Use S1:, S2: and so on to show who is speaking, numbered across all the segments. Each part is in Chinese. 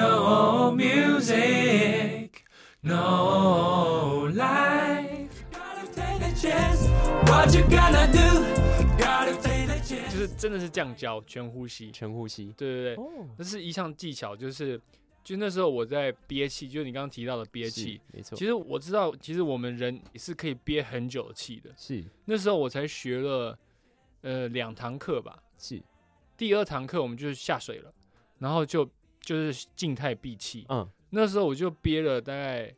S1: No music, no life. Gotta take a chance. What you gonna do? Gotta take a chance.
S2: 就是真的是降胶全呼吸。
S3: 全呼吸。
S2: 对对对，
S3: 哦，
S2: 这是一项技巧，就是就那时候我在憋气，就是你刚刚提到的憋气。
S3: 是，没错
S2: 其，实我知道，其实我们人也是可以憋很久的气的。
S3: 是
S2: 那时候我才学了呃两堂课吧，
S3: 是，
S2: 第二堂课我们就是下水了，然后就就是静态闭气。
S3: 嗯，
S2: 那时候我就憋了大概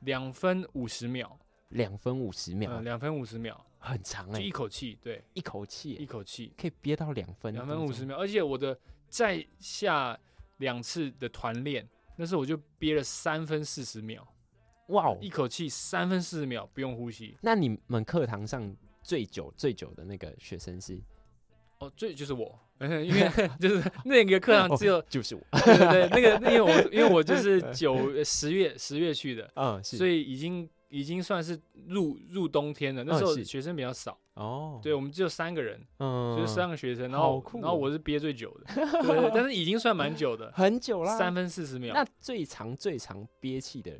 S2: 两分五十秒，
S3: 两分五十秒
S2: 嗯，，两分五十秒，
S3: 很长
S2: 就
S3: 哎
S2: 一，口气，对，
S3: 一口气
S2: 一
S3: 欸
S2: 口气
S3: 可以憋到两分，
S2: 两分五十
S3: 秒，
S2: 秒，而且我的再下两次的团练，那时候我就憋了三分四十秒，
S3: 哇哦
S2: 一！口气三分四十秒不用呼吸。
S3: 那你们课堂上最久最久的那个学生是
S2: 哦，这就 是我，因为就是那个课啊堂只有
S3: 哦就是 我，
S2: 对对对，那个那因为 我因为我就是九十月十月去的，
S3: 嗯，是，
S2: 所以已经已经算是入入冬天了。那
S3: 嗯
S2: 时候
S3: 是
S2: 学生比较少，
S3: 哦，
S2: 对，我们只有三个人，
S3: 嗯
S2: 就是三个学生，然
S3: 好
S2: 后
S3: 酷
S2: 然后
S3: 哦，
S2: 我是憋最久的，对对，对但是已经算蛮久的
S3: 很久啦，
S2: 三分四十秒
S3: 那。最长最长憋气的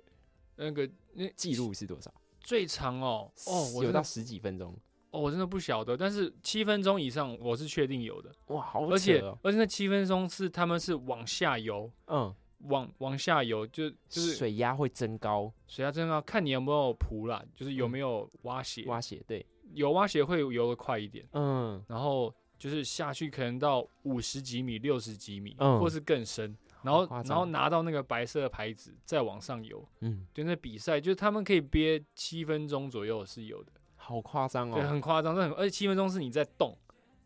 S2: 那个那
S3: 记录是多少？
S2: 最长哦哦，
S3: 有
S2: 我真
S3: 到
S2: 的
S3: 十几分钟，
S2: 哦我真的不晓得，但是七分钟以上我是确定有的，
S3: 哇，好
S2: 而且
S3: 扯哦
S2: 而且那七分钟是他们是往下游，
S3: 嗯，
S2: 往往下游就就是
S3: 水压会增高，
S2: 水下真的要看你有没有蹼啦，就是有
S3: 嗯
S2: 没有挖鞋，
S3: 挖血，对，
S2: 有挖鞋会游得快一点，
S3: 嗯，
S2: 然后就是下去可能到五十几米、六十几米，
S3: 嗯
S2: 或是更深，然后
S3: 夸张
S2: 然后拿到那个白色的牌子再往上游，
S3: 嗯，
S2: 就那比赛就是他们可以憋七分钟左右是有的。
S3: 好夸张
S2: 对，啊
S3: 哦，
S2: 很夸张，这很而且七分钟是你在动，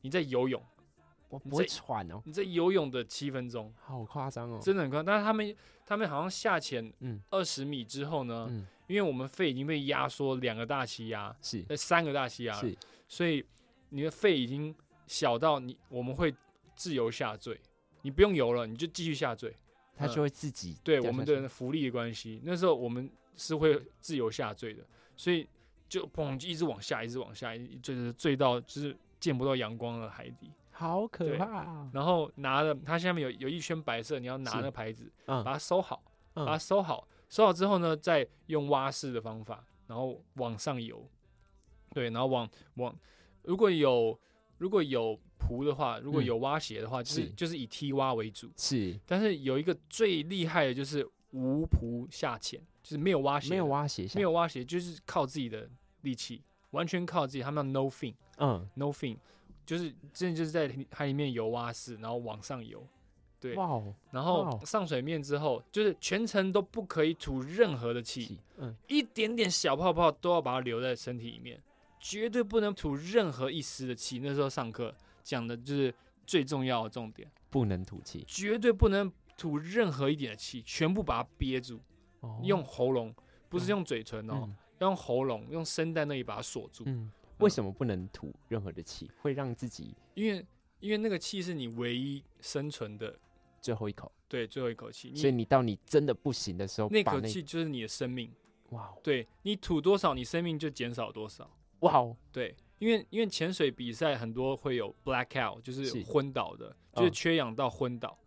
S2: 你在游泳，
S3: 我
S2: 你
S3: 不会
S2: 这
S3: 喘哦，
S2: 你在游泳的七分钟，
S3: 好夸张哦，
S2: 真的很夸张。但是他们他们好像下潜
S3: 嗯
S2: 二十米之后呢，
S3: 嗯，
S2: 因为我们肺已经被压缩两个大气压，
S3: 是
S2: 呃，三个大气压了，
S3: 是，
S2: 所以你的肺已经小到你我们会自由下坠，你不用游了，你就继续下坠。
S3: 它就会自己
S2: 对
S3: 掉
S2: 我
S3: 下
S2: 们
S3: 去
S2: 的人的浮力的关系，那时候我们是会自由下坠的，所以就砰就一直往下，一直往下，一坠坠坠到就是见不到阳光的海底。
S3: 好可
S2: 对
S3: 怕哦，
S2: 然后拿了它下面有有一圈白色，你要拿
S3: 是
S2: 那牌子，
S3: 嗯
S2: 把它收好，把它
S3: 嗯，
S2: 收好，收好之后呢，再用蛙式的方法，然后往上游，对，然后往往如果有如果有蹼的话，如果
S3: 嗯
S2: 有蛙鞋的话，就是
S3: 是
S2: 就是以踢蛙为主，
S3: 是
S2: 但是有一个最厉害的就是无蹼下潜，就是没有蛙鞋，
S3: 没有，挖血，
S2: 没有蛙鞋，就是靠自己的力气，完全靠自己，他们叫 no fin。
S3: 嗯，
S2: no fin，就是真的就是在海里面游蛙式，然后往上游，对
S3: 哇哦，
S2: 然
S3: 哇
S2: 后
S3: 哦
S2: 上水面之后，就是全程都不可以吐任何的气，
S3: 气嗯，
S2: 一点点小泡泡都要把它留在身体里面，绝对不能吐任何一丝的气。那时候上课讲的就是最重要的重点，
S3: 不能吐气，
S2: 绝对不能吐任何一点的气，全部把它憋住，
S3: 哦
S2: 用喉咙，不是用嘴唇哦，
S3: 嗯
S2: 要用喉咙，用声带那里把它锁住，
S3: 嗯，为什么不能吐任何的气？会让自己
S2: 因为因为那个气是你唯一生存的
S3: 最后一口，
S2: 对，最后一口气，
S3: 所以
S2: 你
S3: 你到你真的不行的时候，
S2: 那
S3: 把
S2: 口
S3: 那
S2: 气就是你的生命，
S3: 哇哦
S2: 对你吐多少，你生命就减少多少。
S3: 哇哦，
S2: 对，因为因为潜水比赛很多会有 blackout，就是
S3: 是
S2: 昏倒的，就是
S3: 嗯
S2: 缺氧到昏倒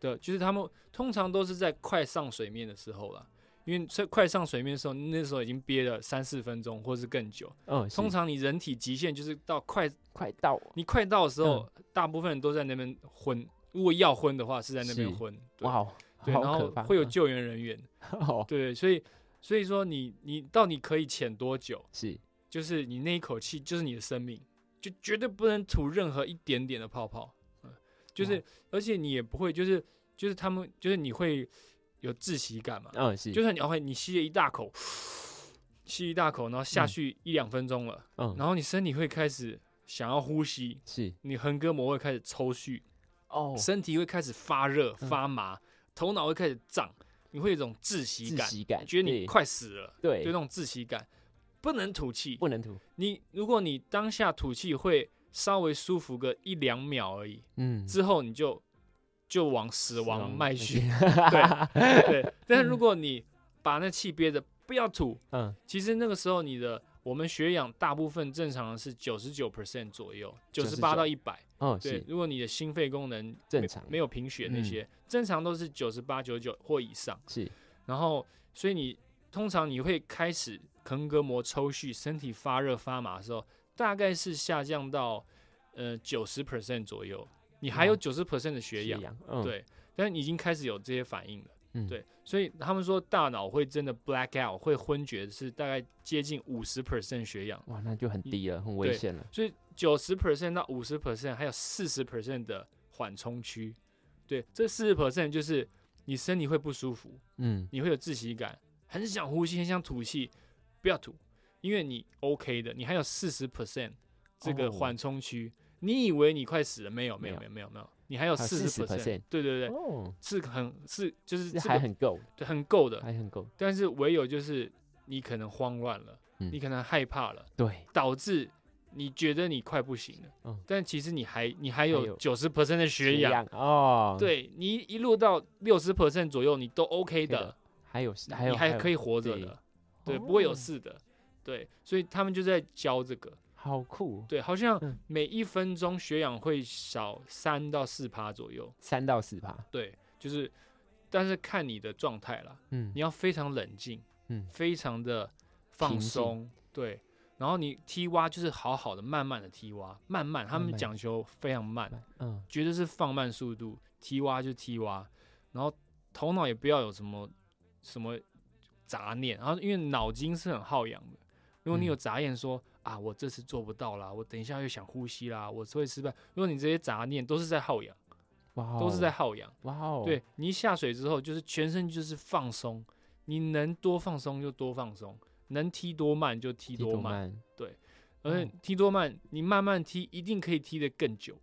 S2: 的，就是他们通常都是在快上水面的时候啦。因为在快上水面的时候，那时候已经憋了三四分钟，或是更久。
S3: 嗯，
S2: 通
S3: 是
S2: 常你人体极限就是到快，
S3: 快到
S2: 你快到的时候，
S3: 嗯
S2: 大部分人都在那边昏。如果要昏的话，是在那边
S3: 是
S2: 昏。对
S3: 哇哦，
S2: 对，
S3: 好
S2: 然后
S3: 可怕嗯
S2: 会有救援人员，
S3: 哦，
S2: 对，所以所以说你你到底可以潜多久？
S3: 是
S2: 就是你那一口气就是你的生命，就绝对不能吐任何一点点的泡泡。嗯，就是
S3: 哇
S2: 而且你也不会就是就是他们就是你会有窒息感嘛？
S3: 嗯是，
S2: 就是算你会你吸了一大口，吸一大口，然后下
S3: 嗯
S2: 去一两分钟了，
S3: 嗯
S2: 然后你身体会开始想要呼吸，
S3: 是
S2: 你横膈膜会开始抽搐，
S3: 哦，
S2: 身体会开始发热、
S3: 嗯
S2: 发麻，头脑会开始胀，你会有一种窒息
S3: 窒
S2: 感，
S3: 息感，
S2: 觉得你
S3: 对
S2: 快死了，就那
S3: 对，
S2: 种窒息感，不能吐气。
S3: 不能吐，
S2: 你如果你当下吐气会稍微舒服个一两秒而已，
S3: 嗯，
S2: 之后你就就往死
S3: 死
S2: 亡
S3: 亡
S2: 迈
S3: 迈
S2: 去。对对，但是如果你把那气憋着不要吐，
S3: 嗯
S2: 其实那个时候你的我们血氧大部分正常的是九十九 percent 左右，九十八
S3: 99
S2: 到一百，
S3: 哦，
S2: 对
S3: 是，
S2: 如果你的心肺功能
S3: 正
S2: 没
S3: 常
S2: 没有贫血那
S3: 嗯
S2: 些，正常都是九十八、九九或以上。
S3: 是，
S2: 然后，所以你通常你会开始横膈膜抽搐、身体发热发麻的时候，大概是下降到呃九十 percent 左右，你还有
S3: 哦
S2: 九十 percent 的血氧，
S3: 氧，嗯，
S2: 对，但是你已经开始有这些反应了。
S3: 嗯，
S2: 对，所以他们说大脑会真的 black out，会昏厥，是大概接近五十 percent 血氧，
S3: 嗯哇，那就很低了，很危
S2: 嗯对
S3: 险了，
S2: 所以九十 percent 到五十 percent，还有四十 percent 的缓冲区。对，这四十 percent 就是你身体会不舒服，
S3: 嗯，
S2: 你会有窒息感，很想呼吸，很想吐气，不要吐，因为你 OK 的，你还有四十 percent 这个
S3: 哦
S2: 缓冲区。你以为你快死了？没有，没有，
S3: 没
S2: 没有，没有，没有，你还有
S3: 还有
S2: 四十
S3: 40%。
S2: 对对对，
S3: 哦，
S2: 是很是就是
S3: 这
S2: 这
S3: 还
S2: 个
S3: 很够，
S2: 对很够的，
S3: 还很够，
S2: 但是唯有就是你可能慌乱了，
S3: 嗯
S2: 你可能害怕了，
S3: 对，
S2: 导致你觉得你快不行了。
S3: 嗯
S2: 但其实你还你哦还
S3: 还
S2: 有
S3: 有
S2: 九十 percent 的血
S3: 一
S2: 氧，
S3: 样哦，，
S2: 对你一路到六十 percent 左右，你都 OK
S3: 对
S2: 的
S3: 的，还有还有
S2: 你还
S3: 有
S2: 可以活着
S3: 对
S2: 的，对，不会有
S3: 哦
S2: 事的。对，所以他们就在教这个。
S3: 好酷，
S2: 对，好像
S3: 嗯
S2: 每一分钟血氧会少三到四趴左右。
S3: 三到四趴，
S2: 对，就是，但是看你的状态啦。
S3: 嗯
S2: 你要非常冷静，
S3: 嗯
S2: 非常的放
S3: 平静
S2: 松，对。然后你踢蛙就是好好的慢慢的踢蛙，慢慢，他
S3: 慢
S2: 们
S3: 慢
S2: 讲求非常慢，
S3: 嗯，
S2: 绝对是放慢速度，踢蛙就踢蛙，然后头脑也不要有什么什么杂念，然后因为脑筋是很耗氧的，如果你有
S3: 嗯
S2: 杂念说、啊我这次做不到啦，我等一下又想呼吸啦，我会失败，如果你这些杂念都是在耗氧，
S3: 哇，
S2: 都是在，耗氧。
S3: 哇哦，
S2: 对，你一下水之后，就是全身就是放松，你能多放松就多放松，能踢多慢就踢
S3: 提
S2: 多
S3: 多
S2: 慢，
S3: 曼，
S2: 而
S3: 嗯
S2: 且踢多慢，你慢慢踢，一定可以踢得更久。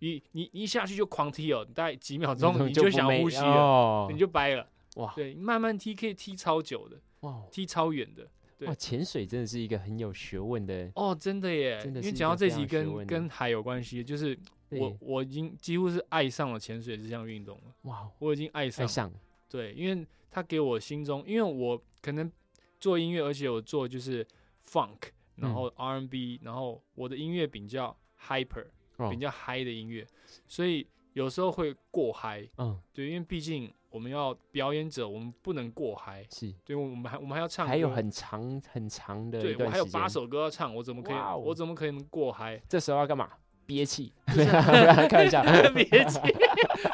S2: 你你你一下去就狂踢哦，大概几秒钟你就想呼吸了，
S3: 了
S2: 你就掰了。
S3: 哦哇
S2: 对，慢慢踢可以踢超久的，
S3: 哇哦
S2: 踢超远的。对
S3: 哇，潜水真的是一个很有学问的，
S2: 哦，真的耶！
S3: 真的
S2: 因
S3: 是
S2: 为
S3: 一
S2: 讲
S3: 个
S2: 到这
S3: 非常
S2: 集
S3: 有学
S2: 跟
S3: 问的
S2: 跟海有关系，就是我
S3: 对
S2: 我已经几乎是爱上了潜水这项运动了，
S3: 哇，
S2: 我已经爱上
S3: 爱
S2: 了。
S3: 上，
S2: 对，因为他给我心中，因为我可能做音乐，而且我做就是 funk，然
S3: 嗯
S2: 后 R&B，、然后我的音乐比较 hyper，、
S3: 哦
S2: 比较嗨的音乐，所以有时候会过嗨。
S3: 嗯，
S2: 对，因为毕竟我们要表演者，我们不能过嗨。
S3: 是，
S2: 对，我们还我们还要唱歌，
S3: 还有很长很长的一
S2: 对我
S3: 段
S2: 还有
S3: 时
S2: 八
S3: 间，
S2: 首歌要唱，我怎么可以、
S3: 哇哦
S2: 我怎么可能过嗨？
S3: 这时候要干嘛？憋 气，
S2: 啊
S3: 开玩笑，
S2: 憋 气，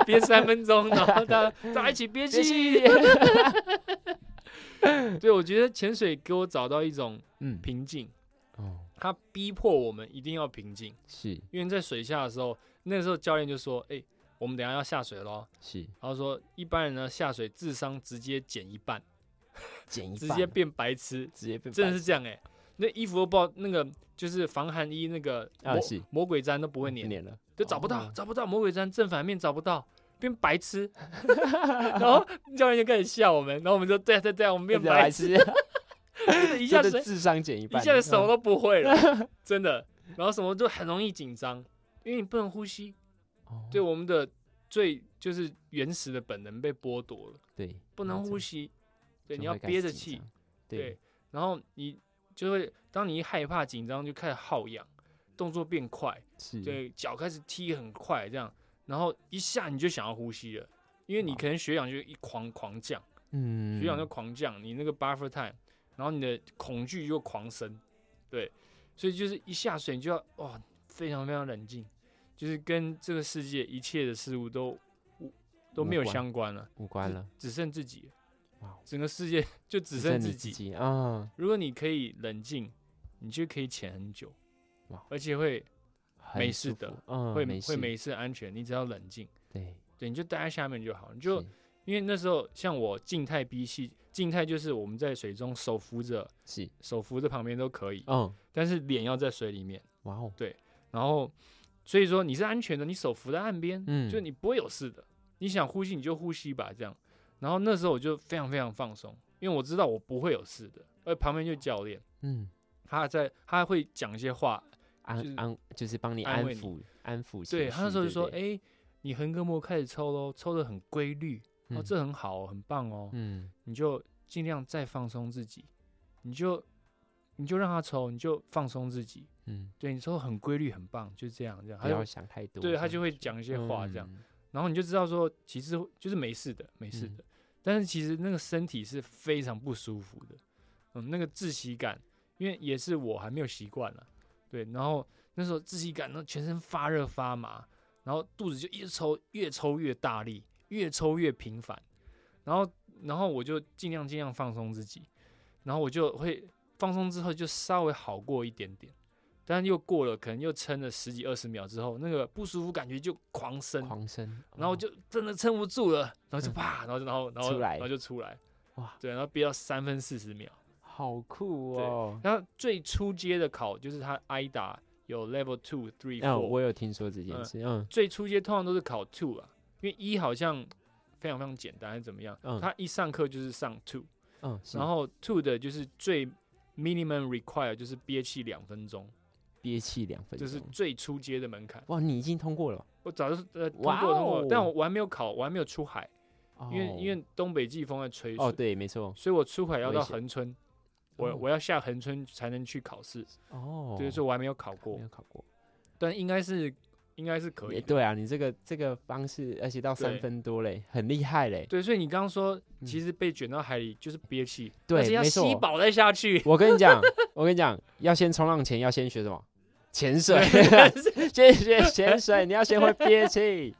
S2: 憋三分钟，然后大家大家一起憋
S3: 憋
S2: 气。 对，我觉得潜水给我找到一种
S3: 嗯，
S2: 平静，
S3: 哦，
S2: 它逼迫我们一定要平静，
S3: 是
S2: 因为在水下的时候，那时候教练就说：“哎、我们等一下要下水咯。
S3: 是，”
S2: 然后说一般人呢下水智商直接减一半，
S3: 减一
S2: 直
S3: 半
S2: 接变白痴，
S3: 直接被
S2: 真的
S3: 白
S2: 是这样哎、那衣服都不知道，那个就是防寒衣，那个魔、
S3: 啊是
S2: 魔鬼毡都不会粘，
S3: 脸了，
S2: 就找不到，
S3: 哦
S2: 找不到魔鬼毡正反面找不到，变白 痴。然后教练就开始笑我们，然后我们就对啊对啊对啊，我们变 白
S3: 白
S2: 痴，
S3: 痴，
S2: 真的一
S3: 一
S2: 下水
S3: 的智商减一
S2: 一
S3: 半，
S2: 下子什么都不 会了，真的。然后什么就很容易紧张，因为你不能呼吸，
S3: 哦
S2: 对我们的最就是原始的本能被剥夺了，
S3: 对，
S2: 不能呼，吸，
S3: 嗯
S2: 对，你要憋着气，，对
S3: 对，，
S2: 然后你就会当你一害怕紧张就开始耗氧，动作变快，
S3: 是，，
S2: 对，脚开始踢很快这样，然后一下你就想要呼吸了，因为你
S3: 哇
S2: 可能血氧就一狂狂降，
S3: 嗯，
S2: 血氧就狂降，你那个 buffer time，然后你的恐惧就狂升，对，所以就是一下水你就要哇，非常非常冷静，就是跟这个世界一切的事物都无都没有
S3: 无关
S2: 相关了，
S3: 无关了，
S2: 只剩自己
S3: 哇，哦
S2: 整个世界 就只剩
S3: 你
S2: 自
S3: 自
S2: 己。
S3: 己啊，
S2: 如果你可以冷静，你就可以潜很久
S3: 哇，
S2: 而且会
S3: 很
S2: 没事
S3: 舒
S2: 的
S3: 服，嗯，
S2: 会
S3: 没
S2: 会
S3: 事，
S2: 没事安全，你只要冷静，
S3: 对，
S2: 对，你就待在下面就好，你就是因为那时候像我静态憋气，静态就是我们在水中手扶着。
S3: 是，
S2: 手扶着旁边都可以，
S3: 嗯，
S2: 但是脸要在水里面。
S3: 哇哦，
S2: 然后，所以说你是安全的，你手扶在岸边，
S3: 嗯
S2: 就你不会有事的。你想呼吸你就呼吸吧，这样。然后那时候我就非常非常放松，因为我知道我不会有事的。而旁边就教练，
S3: 嗯，
S2: 他在他会讲一些话，就是
S3: 安安就是帮你
S2: 安
S3: 安
S2: 慰你
S3: 抚安抚情绪，
S2: 对他那时候就说：“
S3: 对，
S2: 哎，你横膈膜开始抽喽，抽的很规律，哦，
S3: 嗯
S2: 这很好、哦，很棒哦，
S3: 嗯，
S2: 你就尽量再放松自己，你就你就让它抽，你就放松自己。
S3: 嗯，
S2: 对，你抽很规律，很棒，就这样这样。他
S3: 不要
S2: 就
S3: 想太多。
S2: 对他
S3: 这
S2: 就
S3: 样
S2: 会讲一些话这样，
S3: 嗯
S2: 然后你就知道说，其实就是没事的，没事
S3: 嗯
S2: 的。但是其实那个身体是非常不舒服的，嗯，那个窒息感，因为也是我还没有习惯了，对。然后那时候窒息感，然后全身发热发麻，然后肚子就一抽越抽越大力，越抽越频繁，然后然后我就尽量尽量放松自己，然后我就会放松之后就稍微好过一点点。但又过了，可能又撑了十几二十秒之后，那个不舒服感觉就狂升，
S3: 狂生，
S2: 嗯然后
S3: 哦嗯
S2: 就真的撑不住了，然后就啪，然后就然后然后
S3: 出来
S2: 然后就出来，
S3: 哇，
S2: 对，然后憋到三分四十秒。
S3: 好酷
S2: 对
S3: 哦。
S2: 然后最初阶的考就是他挨打有 level two three
S3: 那我
S2: four，
S3: 有听说这件
S2: 嗯
S3: 事，嗯
S2: 最初阶通常都是考 two 啊，因为一好像非常非常简单还是怎么样，
S3: 嗯
S2: 他一上课就是上 two，
S3: 嗯，是
S2: 然后 two 的就是最 minimum require 就是憋气两分钟，
S3: 憋气两分
S2: 这
S3: 钟，
S2: 是最初阶的门槛。
S3: 哇，你已经通过了，
S2: 我早就呃通过
S3: 哇哦
S2: 通过，但我我还没有考，我还没有出海，
S3: 哦
S2: 因为因为东北季风在吹，
S3: 哦对，没错，
S2: 所以我出海要
S3: 危
S2: 到
S3: 险
S2: 恒春，我
S3: 哦
S2: 我要下恒春才能去考试，
S3: 哦，
S2: 对，所以我还没有考过
S3: 没，有考过，
S2: 但应该是应该是可以
S3: 也
S2: 的。
S3: 对啊，你这个这个方式，而且到三
S2: 对
S3: 分多嘞，很厉害嘞，
S2: 对，所以你刚刚说，
S3: 嗯
S2: 其实被卷到海里就是憋气，
S3: 对
S2: 但是要
S3: 没
S2: 吸
S3: 错。
S2: 饱再下去
S3: 我跟你讲，我跟你讲，要先冲浪前要先学什 么？潜水， 先学潜水，你要先会憋 气，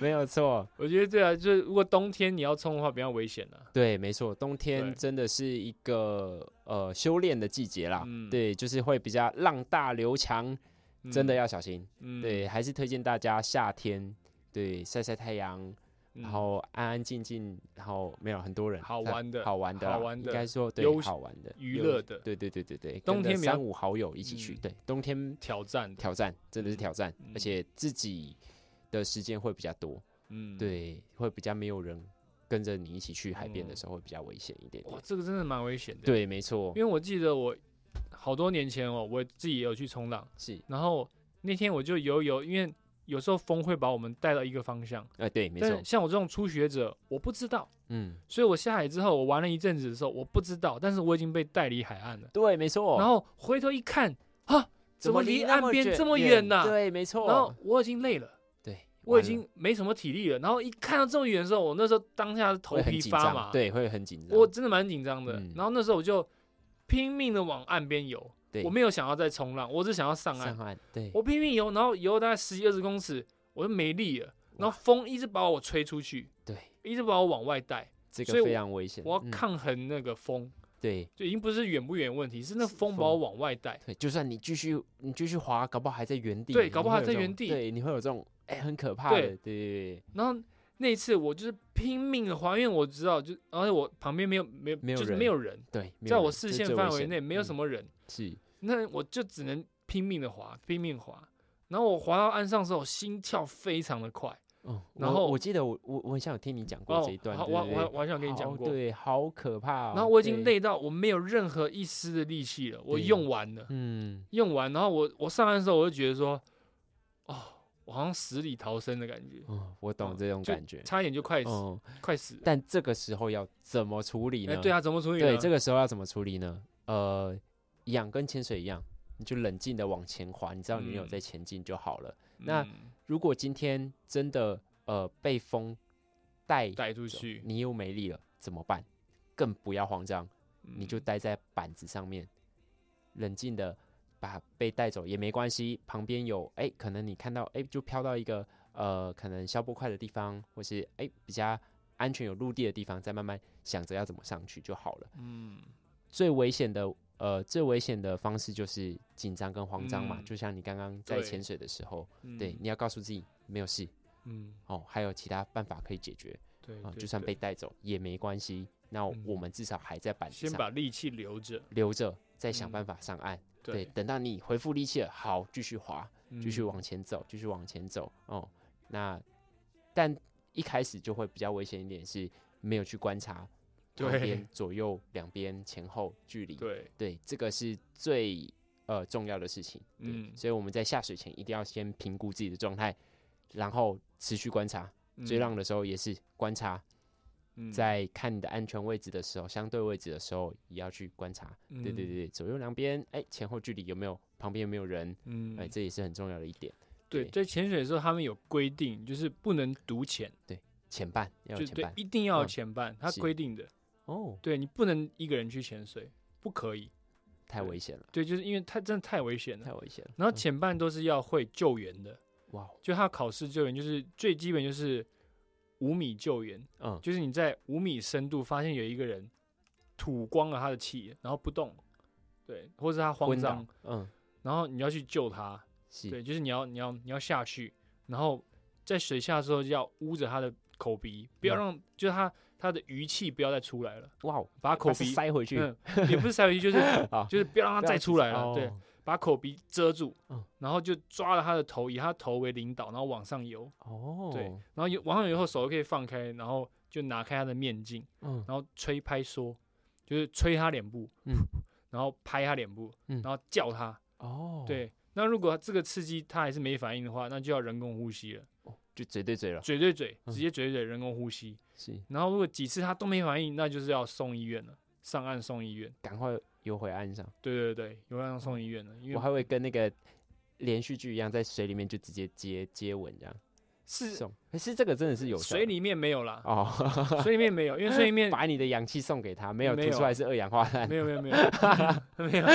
S3: 没有错。
S2: 我觉得对啊，就是如果冬天你要冲的话，比较危险啊。
S3: 对，没错，冬
S2: 对
S3: 天真的是一个呃修炼的季节啦。
S2: 嗯
S3: 啊对，就是会比较浪大流强，
S2: 嗯
S3: 真的，要小心。
S2: 嗯，
S3: 对，还是推荐大家夏天对晒晒太阳，
S2: 嗯
S3: 然后安安静静，然后没有很多人
S2: 好
S3: 在
S2: 玩的
S3: 好玩的啦，
S2: 好玩的
S3: 应该说对
S2: 悠
S3: 好玩的
S2: 娱
S3: 悠
S2: 乐的
S3: 对对对对对，
S2: 冬
S3: 跟着
S2: 天比较
S3: 三五好友一起去，
S2: 嗯
S3: 对，冬天
S2: 挑战的，
S3: 挑战真的是挑战，
S2: 嗯
S3: 而且自己的时间会比较多，
S2: 嗯，。
S3: 对，会比较没有人跟着你一起去海边的
S2: 嗯
S3: 时候会比较危险一点点
S2: 哇，，这个真的蛮危险的。，
S3: 对，没错
S2: 因，为我记得我好多年前哦，我自己也有去冲浪，
S3: 是，
S2: 然后那天我就游一游，因为有时候风会把我们带到一个方向。
S3: 呃，对，没
S2: 但
S3: 错
S2: 是，像我这种初学者，我不知道，
S3: 嗯，
S2: 所以我下海之后，我玩了一阵子的时候，我不知道，但是我已经被带离海岸了。
S3: 对，没错，
S2: 然后回头一看，哈，怎么离岸边这么远呢、
S3: 对，没错，
S2: 然后我已经累了，
S3: 对，
S2: 我
S3: 完了
S2: 已经没什么体力了。然后一看到这么远的时候，我那时候当下是头
S3: 会很
S2: 皮
S3: 紧
S2: 发
S3: 张
S2: 麻，，
S3: 对，会很紧张，
S2: 我真的蛮紧张的
S3: 嗯。
S2: 然后那时候我就拼命的往岸边游，
S3: 对
S2: 我没有想要再冲浪，我只想要上岸
S3: 上。岸，对，
S2: 我拼命游，然后游大概十几二十公尺，我就没力了，然后风一直把我吹出去，
S3: 对，
S2: 一直把我往外带，
S3: 这
S2: 所以
S3: 个
S2: 我
S3: 非常危险，
S2: 我要
S3: 嗯，
S2: 抗衡那个风，
S3: 对
S2: 就已经不是远不远的问题，是那风把
S3: 风
S2: 我往外带。
S3: 对，就算你继续你继续滑，搞不好还在原地，
S2: 对
S3: 你
S2: 搞不
S3: 会
S2: 好还
S3: 有
S2: 在
S3: 这种
S2: 原地
S3: 对，你会有这种哎，很可怕的，对
S2: 对
S3: 对对，
S2: 然后那一次我就是拼命的滑，因为我知道就，而且我旁边没有没有
S3: 没有
S2: 就是
S3: 人
S2: 没有人，
S3: 对，没有
S2: 在我
S3: 人
S2: 视
S3: 这
S2: 线
S3: 最
S2: 范
S3: 危
S2: 围
S3: 险
S2: 内没有什
S3: 嗯
S2: 么人，
S3: 是
S2: 那我就只能拼命的滑，拼命滑。然后我滑到岸上的时候，心跳非常的快。
S3: 哦，
S2: 然
S3: 我
S2: 后
S3: 我记得我我我好像有听你讲过
S2: 哦
S3: 这一，段，
S2: 好
S3: 对
S2: 我
S3: 不对
S2: 我我好像跟你讲
S3: 好
S2: 过，
S3: 对，好可怕、哦。
S2: 然后我已经
S3: 对，
S2: 累到我没有任何一丝的力气了，我
S3: 对
S2: 用完了，
S3: 嗯，
S2: 用完。然后我我上岸的时候，我就觉得说，哦，我好像死里逃生的感觉，
S3: 哦，我懂
S2: 嗯
S3: 这种
S2: 就
S3: 感觉。
S2: 差一点就快死，
S3: 哦，
S2: 快死了。
S3: 但这个时候要怎么处理
S2: 哎，
S3: 呢？
S2: 对啊，怎么处理呢？
S3: 对这个时候要怎么处理呢？呃，一样跟潜水一样，你就冷静的往前滑，你知道你有
S2: 嗯
S3: 在前进就好了。
S2: 嗯
S3: 那如果今天真的呃被风带
S2: 带出
S3: 走
S2: 去，
S3: 你又没力了，怎么办？更不要慌张，你就
S2: 嗯
S3: 待在板子上面，冷静的把被带走也没关系。旁边有哎、可能你看到哎、就飘到一个呃，可能消波块的地方，或是哎、比较安全有陆地的地方，再慢慢想着要怎么上去就好了。
S2: 嗯
S3: 最危险的呃，最危险的方式就是紧张跟慌张嘛，
S2: 嗯
S3: 就像你刚刚在
S2: 对
S3: 潜水的时候，
S2: 嗯
S3: 对，你要告诉自己没有事
S2: 嗯
S3: 哦，还有其他办法可以解决
S2: 对
S3: 啊、，
S2: 对
S3: 就算
S2: 对
S3: 被带走也没关系。那
S2: 嗯
S3: 我们至少还在板子
S2: 先
S3: 上。
S2: 把力气留着，
S3: 留着，再想
S2: 嗯
S3: 办法上岸。对，
S2: 对，
S3: 等到你恢复力气了，好，继续滑，继续
S2: 嗯
S3: 往前走，继续往前走。哦，那但一开始就会比较危险一点，是没有去观察旁
S2: 对
S3: 边、左右、两边、前后距离。
S2: 对，
S3: 对，这个是最呃重要的事情。对
S2: 嗯
S3: 所以我们在下水前一定要先评估自己的状态，然后持续观察。追
S2: 嗯
S3: 浪的时候也是观察，
S2: 嗯
S3: 在看你的安全位置的时候，相对位置的时候，也要去观察，对
S2: 嗯
S3: 对，对，左右两边，哎，前后距离有没有，旁边有没有人，
S2: 嗯
S3: 哎，
S2: 嗯，
S3: 这也是很重要的一点。
S2: 对，在潜水的时候，他们有规定，就是不能独潜，
S3: 前半要
S2: 就
S3: 有
S2: 是
S3: 前
S2: 对，
S3: 半
S2: 一定要有
S3: 嗯
S2: 前半，他
S3: 是
S2: 规定的，
S3: 哦，
S2: 对你不能一个人去潜水，不可以，
S3: 太
S2: 对
S3: 危险了，
S2: 对，就是因为他真的太危险了。
S3: 太危险了。
S2: 然后
S3: 嗯
S2: 前半都是要会救援的，
S3: 哇哦，
S2: 就他考试救援就是最基本就是五米救援，
S3: 嗯，
S2: 就是你在五米深度发现有一个人吐光了他的气，然后不动，对，或是他慌
S3: 昏
S2: 张
S3: 倒，，嗯，
S2: 然后你要去救他，对，
S3: 是，
S2: 就是你要你要你要下去，然后在水下的时候就要捂着他的口鼻，不要
S3: 嗯
S2: 让、就是他他的余气不要再出来了，
S3: 哇哦，
S2: 把他口
S3: 把它
S2: 鼻
S3: 塞回去，
S2: 嗯，也不是塞回去，就是
S3: 好
S2: 就是不要让
S3: 不
S2: 他
S3: 要
S2: 再出来
S3: 直接
S2: 了，对
S3: 哦，
S2: 把口鼻遮住
S3: 嗯，
S2: 然后就抓了他的头，以他头为领导，然后往上游，
S3: 哦，
S2: 对，然后游往上游以后手又可以放开，然后就拿开他的面镜，
S3: 嗯，
S2: 然后吹拍说，就是吹他脸部，
S3: 嗯
S2: 然后拍他脸部，
S3: 嗯
S2: 然后叫他，
S3: 哦，，
S2: 对。那如果这个刺激他还是没反应的话，那就要人工呼吸了，
S3: 就嘴对嘴了，
S2: 嘴对嘴，
S3: 嗯
S2: 直接嘴对嘴人工呼吸。
S3: 是，
S2: 然后如果几次他都没反应，那就是要送医院了，上岸送医院。
S3: 赶快游回岸上。
S2: 对对对，有要送医院了，因
S3: 我
S2: 为
S3: 还会跟那个连续剧一样，在水里面就直接接接吻这样
S2: 是
S3: 送。可是这个真的是有效的
S2: 水里面没有啦，
S3: 哦，
S2: 水里面没有，因为水里面
S3: 把你的氧气送给他，没有
S2: 没
S3: 吐
S2: 有
S3: 出来是二氧化碳。
S2: 没有没有没有没有，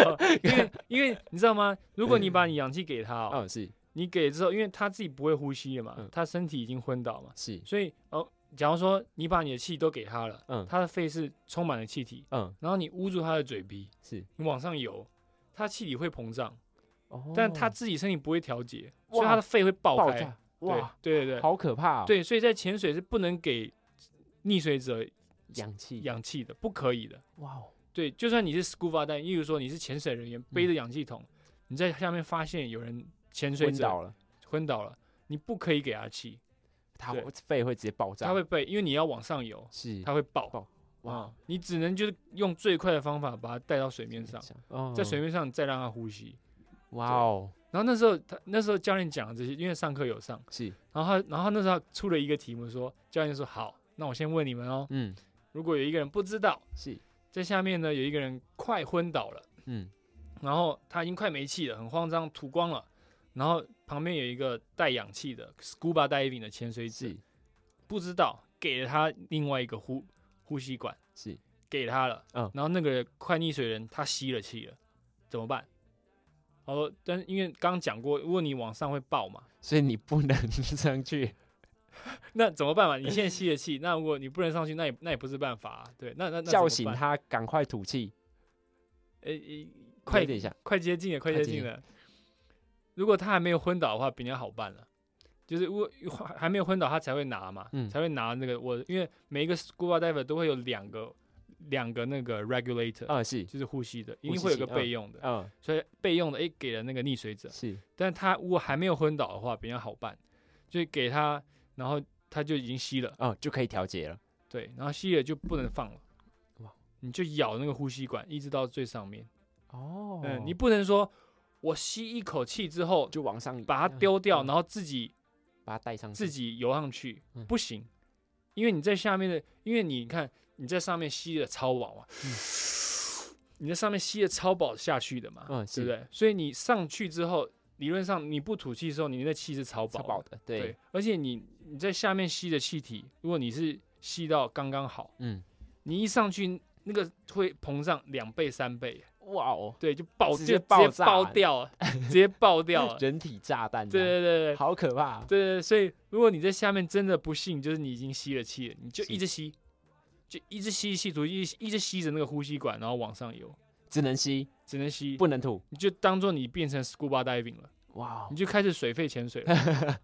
S2: 因为因为你知道吗？如果你把你氧气给他、 哦，
S3: 嗯，是
S2: 你给之后，因为他自己不会呼吸了嘛
S3: 嗯，
S2: 他身体已经昏倒嘛，
S3: 是，
S2: 所以哦，假如说你把你的气都给他了，
S3: 嗯
S2: 他的肺是充满了气体，
S3: 嗯
S2: 然后你捂住他的嘴鼻，
S3: 是。
S2: 你往上游，他气体会膨胀，
S3: 哦，
S2: 但他自己身体不会调节，
S3: 哇
S2: 所以他的肺会爆
S3: 爆
S2: 开。
S3: 炸，
S2: 对
S3: 哇，
S2: 对对对，
S3: 好可怕哦！，
S2: 对，所以在潜水是不能给溺水者
S3: 氧气，
S2: 氧气的，不可以的。
S3: 哇哦，
S2: 对，就算你是 scuba 但例如说你是潜水人
S3: 嗯
S2: 员，背着氧气筒，你在下面发现有人潜水
S3: 昏
S2: 者
S3: 倒了，
S2: 昏倒了，你不可以给他气，
S3: 他
S2: 对
S3: 会肺会直接爆炸，
S2: 他会被，因为你要往上游，
S3: 是哦
S2: 他会爆。
S3: 爆
S2: 哇、你只能就是用最快的方法把它带到水面上，
S3: 哦
S2: 在水面上再让它呼吸。
S3: 哇哦，
S2: 然后那时候他那时候教练讲的这些，因为上课有上，
S3: 是，
S2: 然后他然后他那时候出了一个题目说，教练说好，那我先问你们哦，
S3: 嗯，
S2: 如果有一个人不知道，
S3: 是，
S2: 在下面呢有一个人快昏倒了，
S3: 嗯，
S2: 然后他已经快没气了，很慌张，吐光了，然后旁边有一个带氧气的 scuba diving 的潜水者
S3: 是，
S2: 不知道给了他另外一个呼呼吸管。
S3: 是，
S2: 给他了，
S3: 嗯
S2: 然后那个快溺水人他吸了气了，怎么办？然后，但是因为刚刚讲过，如果你往上会 爆嘛，
S3: 所以你不能上去，
S2: 那怎么办嘛？你现在吸了气，那如果你不能上去，那也那也不是办法、啊，对，那那那
S3: 叫醒
S2: 他，
S3: 他，赶快吐气，
S2: 呃、诶快
S3: 等一下，
S2: 快接近了，快
S3: 快
S2: 接
S3: 接
S2: 近
S3: 近
S2: 了。如果他还没有昏倒的话，比较好办了。就是如果还还没有昏倒，他才会拿嘛，
S3: 嗯
S2: 才会拿那个我，因为每一个 scuba diver 都会有两个两个那个 regulator，、啊
S3: 嗯，是，
S2: 就是呼吸的，一
S3: 呼
S2: 定
S3: 吸
S2: 会有
S3: 器
S2: 个
S3: 嗯
S2: 备用的。
S3: 嗯，
S2: 所以备用的诶给了那个溺水者，
S3: 是，
S2: 但他如果还没有昏倒的话，比较好办，就是给他，然后他就已经吸了，
S3: 嗯，就可以调节了，
S2: 对，然后吸了就不能放了，
S3: 哇
S2: 你就咬那个呼吸管，一直到最上面，
S3: 哦
S2: 嗯，你不能说我吸一口气之后
S3: 就往上
S2: 把它丢掉，
S3: 嗯
S2: 然后自己
S3: 把它带上
S2: 自
S3: 去，
S2: 己游上去
S3: 嗯，
S2: 不行，因为你在下面的，因为你看你在上面吸的超饱嘛，
S3: 嗯
S2: 你在上面吸的超饱下去的嘛，
S3: 嗯，
S2: 对不
S3: 是，
S2: 对？所以你上去之后，理论上你不吐气的时候，你那气是超饱
S3: 超
S2: 的，
S3: 饱的，
S2: 对
S3: 对，
S2: 而且你你在下面吸的气体，如果你是吸到刚刚好，
S3: 嗯，
S2: 你一上去那个会膨胀两倍三倍，
S3: 哇 哦，
S2: 对，就爆
S3: 直接
S2: 就直接
S3: 爆
S2: 爆
S3: 炸
S2: 掉了，直接 爆掉了，对
S3: 人体炸弹，
S2: 对对对。
S3: 好可怕哦，
S2: 对对，对所以如果你在下面真的不幸，就是你已经吸了气了，你就是一直吸，就一直吸气吐，一直一直吸着那个呼吸管，然后往上游，
S3: 只能吸，
S2: 只能吸，
S3: 不能吐，
S2: 你就当做你变成 scuba diving 了。
S3: 哇哦
S2: 你，就开始水肺潜水 了。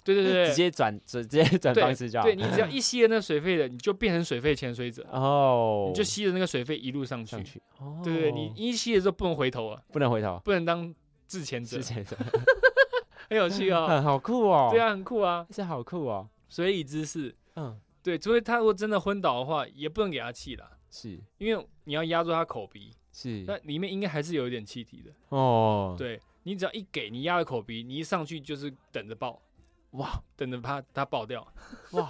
S2: 对对对，
S3: 直接转，直接转
S2: 对
S3: 方式就好
S2: 对，你只要一吸了那水肺的，你就变成水肺潜水者，
S3: 哦，
S2: 你就吸着那个水肺一路上去。
S3: 上去，哦，
S2: 对对，对你一吸了之后不能回头啊，
S3: 不能回头，
S2: 不能当自潜者
S3: 之，前的，
S2: 很有趣 哦。
S3: 嗯，好酷哦，
S2: 对，啊，很酷啊，
S3: 这好酷哦，
S2: 水以知识。
S3: 嗯，
S2: 对，除非他如果真的昏倒的话，也不能给他气啦，
S3: 是
S2: 因为你要压住他口鼻，那
S3: 是，
S2: 里面应该还是有一点气体的。
S3: 哦，，
S2: 对你只要一给你压了口鼻，你一上去就是等着爆，
S3: 哇
S2: 等着他他爆掉。
S3: 哇，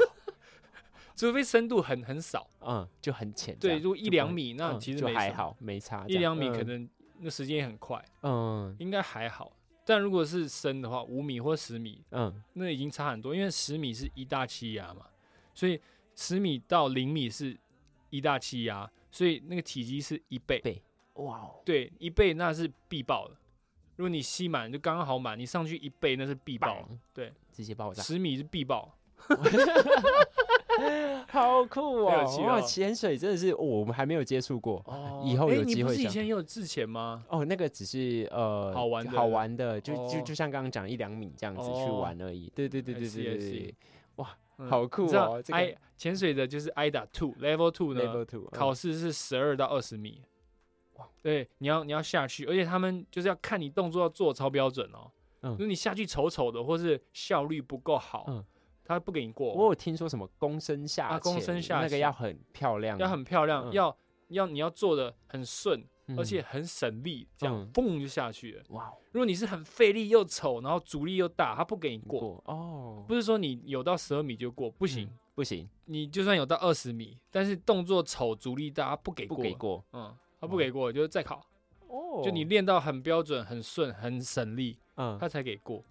S2: 除非深度很很少，
S3: 嗯，就很浅这
S2: 对，
S3: 样。
S2: 如果一
S3: 就不
S2: 两
S3: 会，
S2: 米，那
S3: 嗯
S2: 其实
S3: 就
S2: 没
S3: 还
S2: 什么，
S3: 好，没差这
S2: 一
S3: 样。
S2: 两米可
S3: 嗯，
S2: 能那时间也很快，
S3: 嗯
S2: 应该还好。但如果是深的话，五米或十米，
S3: 嗯
S2: 那已经差很多，因为十米是一大气压嘛，所以十米到零米是一大气压，所以那个体积是一倍，
S3: 倍，哇哦，
S2: 对，一倍那是必爆的。如果你吸满就刚刚好满，你上去一倍那是必爆，
S3: 棒
S2: 对，
S3: 直接爆炸，
S2: 十米是必爆，
S3: 好酷
S2: 很有
S3: 哦！
S2: 趣
S3: 哇，
S2: 哦
S3: 潜水真的是、哦我们还没有接触过
S2: 哦
S3: 以后有
S2: 你
S3: 机
S2: 不
S3: 会
S2: 是
S3: 这
S2: 以
S3: 样
S2: 前也有之前吗？
S3: 哦，那个只是呃
S2: 好玩的
S3: 好玩的，就就
S2: 哦
S3: 就像刚刚讲一两米这样子去
S2: 哦
S3: 玩而已。对对对
S2: I
S3: 对
S2: see,
S3: 对
S2: I
S3: 对
S2: see
S3: 对
S2: 嗯
S3: 好酷
S2: 你知道
S3: 哦这个
S2: I 潜水的就是 IDA Two Level Two 呢
S3: ，level two
S2: 考试是十二到二十米
S3: 嗯哇。
S2: 对，你要你要下去，而且他们就是要看你动作要做得超标准哦。
S3: 嗯
S2: 如果你下去丑丑的，或是效率不够好，
S3: 嗯
S2: 他不给你过
S3: 我
S2: 哦。
S3: 有听说什么躬身下
S2: 啊躬
S3: 潜
S2: 身下
S3: 那个
S2: 潜
S3: 要很漂亮，
S2: 要很漂亮，
S3: 嗯
S2: 要要你要做的很顺，
S3: 嗯，
S2: 而且很省力，
S3: 嗯
S2: 这样嘣就下去了。
S3: 哇哦
S2: 如果你是很费力又丑，然后阻力又大，他不给你过。
S3: 过哦，
S2: 不是说你有到十二米就过，不行。
S3: 嗯不行，
S2: 你就算有到二十米，但是动作丑、阻力大，他不给
S3: 不
S2: 过。
S3: 给过
S2: 嗯，他不给过，就是再考。
S3: 哦
S2: 就你练到很标准、很顺、很省力，
S3: 嗯，
S2: 他才给 过。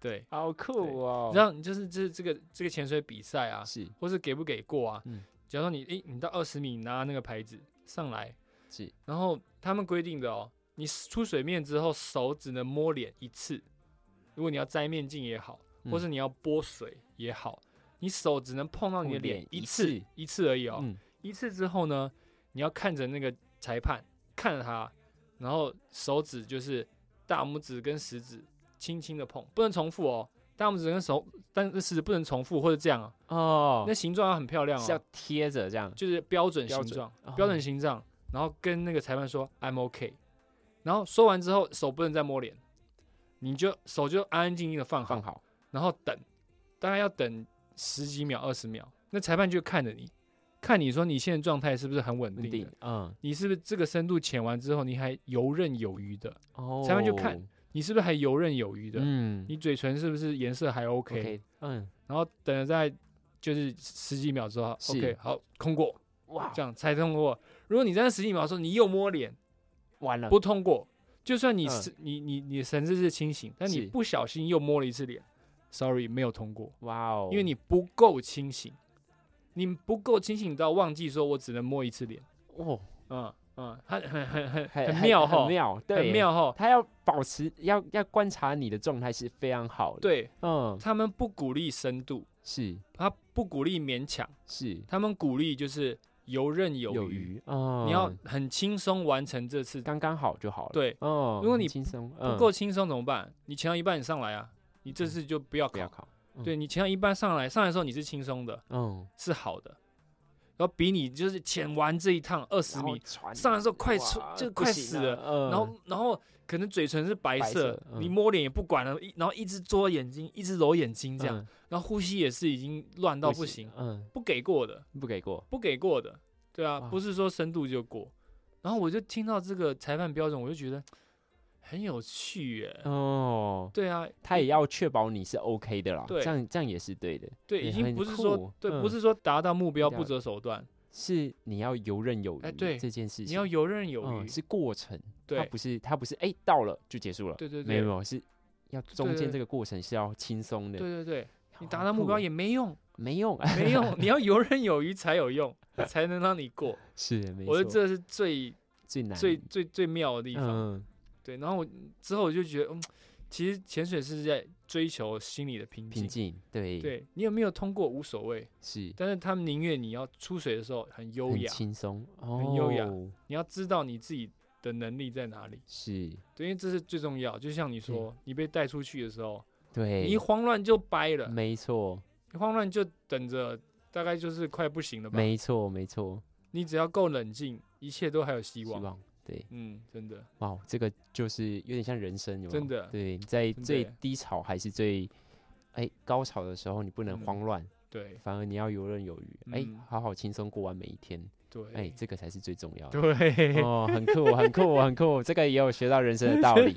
S2: 对，
S3: 好酷哦，
S2: 然后你就是这这个这个潜水比赛啊，
S3: 是
S2: 或是给不给过啊？
S3: 嗯
S2: 假如说你诶、你到二十米拿那个牌子上来，
S3: 是
S2: 然后他们规定的哦，你出水面之后手只能摸脸一次，如果你要摘面镜也好，
S3: 嗯
S2: 或是你要拨水也好，你手只能碰到你的
S3: 碰脸
S2: 脸
S3: 一
S2: 一次
S3: 次
S2: 一次而已哦。
S3: 嗯
S2: 一次之后呢，你要看着那个裁判，看着他，然后手指就是大拇指跟食指轻轻的碰，不能重复哦。大拇指跟手，但是食指不能重复，或者这样、啊，
S3: 哦
S2: 那，形状要很漂亮
S3: 是要
S2: 哦，
S3: 贴着这样，
S2: 就是标准
S3: 标
S2: 形
S3: 准
S2: 状
S3: 哦，
S2: 标准形状，然后跟那个裁判说 I'm OK，然后说完之后手不能再摸脸，你就手就安安静静的放好
S3: 放，好，
S2: 然后等，大概要等十几秒、二十秒，那裁判就看着你，看你说你现在状态是不是很稳
S3: 稳
S2: 定
S3: 定
S2: 的，，
S3: 嗯，
S2: 你是不是这个深度潜完之后你还游刃有余的，
S3: 哦，
S2: 裁判就看你是不是还游刃有余的，
S3: 嗯
S2: 你嘴唇是不是颜色还 OK，,
S3: ，OK，嗯，
S2: 然后等了在就是十几秒之后
S3: 是
S2: ，OK，好，通过，
S3: 哇，
S2: 这样才通过。如果你在那十几秒的时候你又摸脸，
S3: 完了，
S2: 不通过，就算你
S3: 嗯
S2: 是、你你你神志是清醒，但你
S3: 是
S2: 不小心又摸了一次脸，sorry，没有通过。
S3: 哇哦，
S2: 因为你不够清醒，你不够清醒到忘记说我只能摸一次脸。
S3: 哦，
S2: 嗯嗯，很很很很
S3: 很
S2: 很妙哈
S3: 很，妙，对，
S2: 很。妙哈。
S3: 他要保持要要观察你的状态是非常好的，，
S2: 对
S3: 嗯，
S2: 他们不鼓励深度，
S3: 是
S2: 他不鼓励勉强，
S3: 是
S2: 他们鼓励就是游刃有余，
S3: 有余，嗯，
S2: 你要很轻松完成这次。
S3: 刚刚好就好了。，
S2: 对，
S3: 哦，
S2: 如果
S3: 很
S2: 你
S3: 轻松
S2: 不够轻松怎么办？你前到一半你上来啊，你这次就不要
S3: 不要嗯
S2: 考。
S3: 考，
S2: 对你前到一半上来，上来的时候你是轻松的，
S3: 嗯，
S2: 是好的，然后比你就是潜完这一趟二十
S3: 然后
S2: 米，
S3: 船
S2: 上来的时候快出
S3: 哇
S2: 就
S3: 不
S2: 快
S3: 行
S2: 死
S3: 了，嗯
S2: 然后然后可能嘴唇是白色，
S3: 白色嗯
S2: 你摸脸也不管了，一然后一直捉眼睛，一直揉眼睛这样，
S3: 嗯
S2: 然后呼吸也是已经乱到不行，
S3: 嗯，
S2: 不给过的，
S3: 不给过，
S2: 不给过的，对啊，
S3: 哇
S2: 不是说深度就过。然后我就听到这个裁判标准，我就觉得很有趣耶。
S3: 哦，
S2: 对啊，
S3: 他也要确保你是 OK 的啦，
S2: 对
S3: 这样这样也是对的，
S2: 对，
S3: 也
S2: 已
S3: 很
S2: 经不是说
S3: 酷
S2: 对，
S3: 嗯
S2: 不是说达到目标
S3: 这
S2: 不
S3: 样
S2: 择手段，
S3: 是你要游刃有
S2: 哎
S3: 余，
S2: 对
S3: 这件事情
S2: 你要游刃有
S3: 嗯
S2: 余。
S3: 是过程，它
S2: 对
S3: 不是它不是哎到了就结束了，
S2: 对对
S3: 没有没
S2: 对，
S3: 有是要中
S2: 对
S3: 间
S2: 对
S3: 这个过程是要轻松的，
S2: 对对对，你达
S3: 好
S2: 到目
S3: 酷
S2: 标
S3: 哦
S2: 也没用，
S3: 没啊用，
S2: 没用， 你要游刃有余才有用，才能让你过。
S3: 是 没
S2: 我觉得
S3: 错，
S2: 这是最
S3: 最难
S2: 最最最妙的地方。
S3: 嗯
S2: 对，然后我之后我就觉得，嗯，其实潜水是在追求心理的平
S3: 平
S2: 静。
S3: 静，对，
S2: 对你有没有通过无所谓，
S3: 是
S2: 但是他们宁愿你要出水的时候很优
S3: 很
S2: 雅，
S3: 轻松，
S2: 很优雅
S3: 哦
S2: 你要知道你自己的能力在哪里。
S3: 是，
S2: 对，因为这是最重要。就像你说，你被带出去的时候，
S3: 嗯对，嗯
S2: 你一慌乱就掰了，
S3: 没错，
S2: 一慌乱就等着，大概就是快不行了吧。
S3: 没错，没错，
S2: 你只要够冷静，一切都还有希
S3: 希
S2: 望。
S3: 望对，
S2: 嗯，真的，
S3: 哇，这个就是有点像人生，有没有
S2: 真的
S3: 对，在
S2: 真的
S3: 最
S2: 耶
S3: 低潮还是最哎高潮的时候，你不能
S2: 嗯
S3: 慌乱，
S2: 对
S3: 反而你要游刃有余，哎、
S2: 嗯
S3: 好好轻松过完每一天，
S2: 对，
S3: 哎、这个才是最重要的。
S2: 对，
S3: 哦，很酷，很酷，很酷，这个也有学到 人生的道理，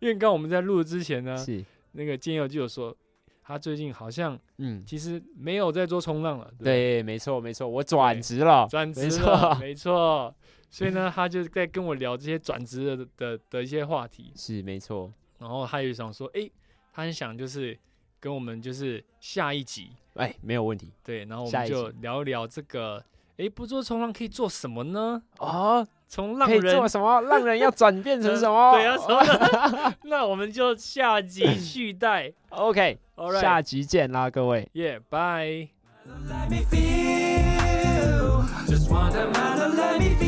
S2: 因为刚刚我们在录之前呢，
S3: 是
S2: 那个建友就有说，他最近好像
S3: 嗯，
S2: 其实没有在做冲浪了，对不啊对，
S3: 对，没错没错，我转职了，
S2: 转
S3: 没
S2: 职
S3: 错
S2: 了，没错。所以呢，他就在跟我聊这些转职的的的一些话题，
S3: 是没错。
S2: 然后他也想说，诶，他很想就是跟我们就是下一集，
S3: 哎，没有问题
S2: 对，然后我
S3: 下
S2: 们
S3: 一
S2: 就
S3: 集
S2: 聊一聊这个，诶，不做冲浪可以做什么呢？
S3: 哦，
S2: 从浪
S3: 可以
S2: 人
S3: 做什么？浪人要转变 成什么？
S2: 对啊，什么 的那我们就下集续待
S3: ，OK，
S2: ，All right，
S3: 下集见啦，各位。
S2: yeah, bye.
S1: Let me feel. Just one time, let me feel.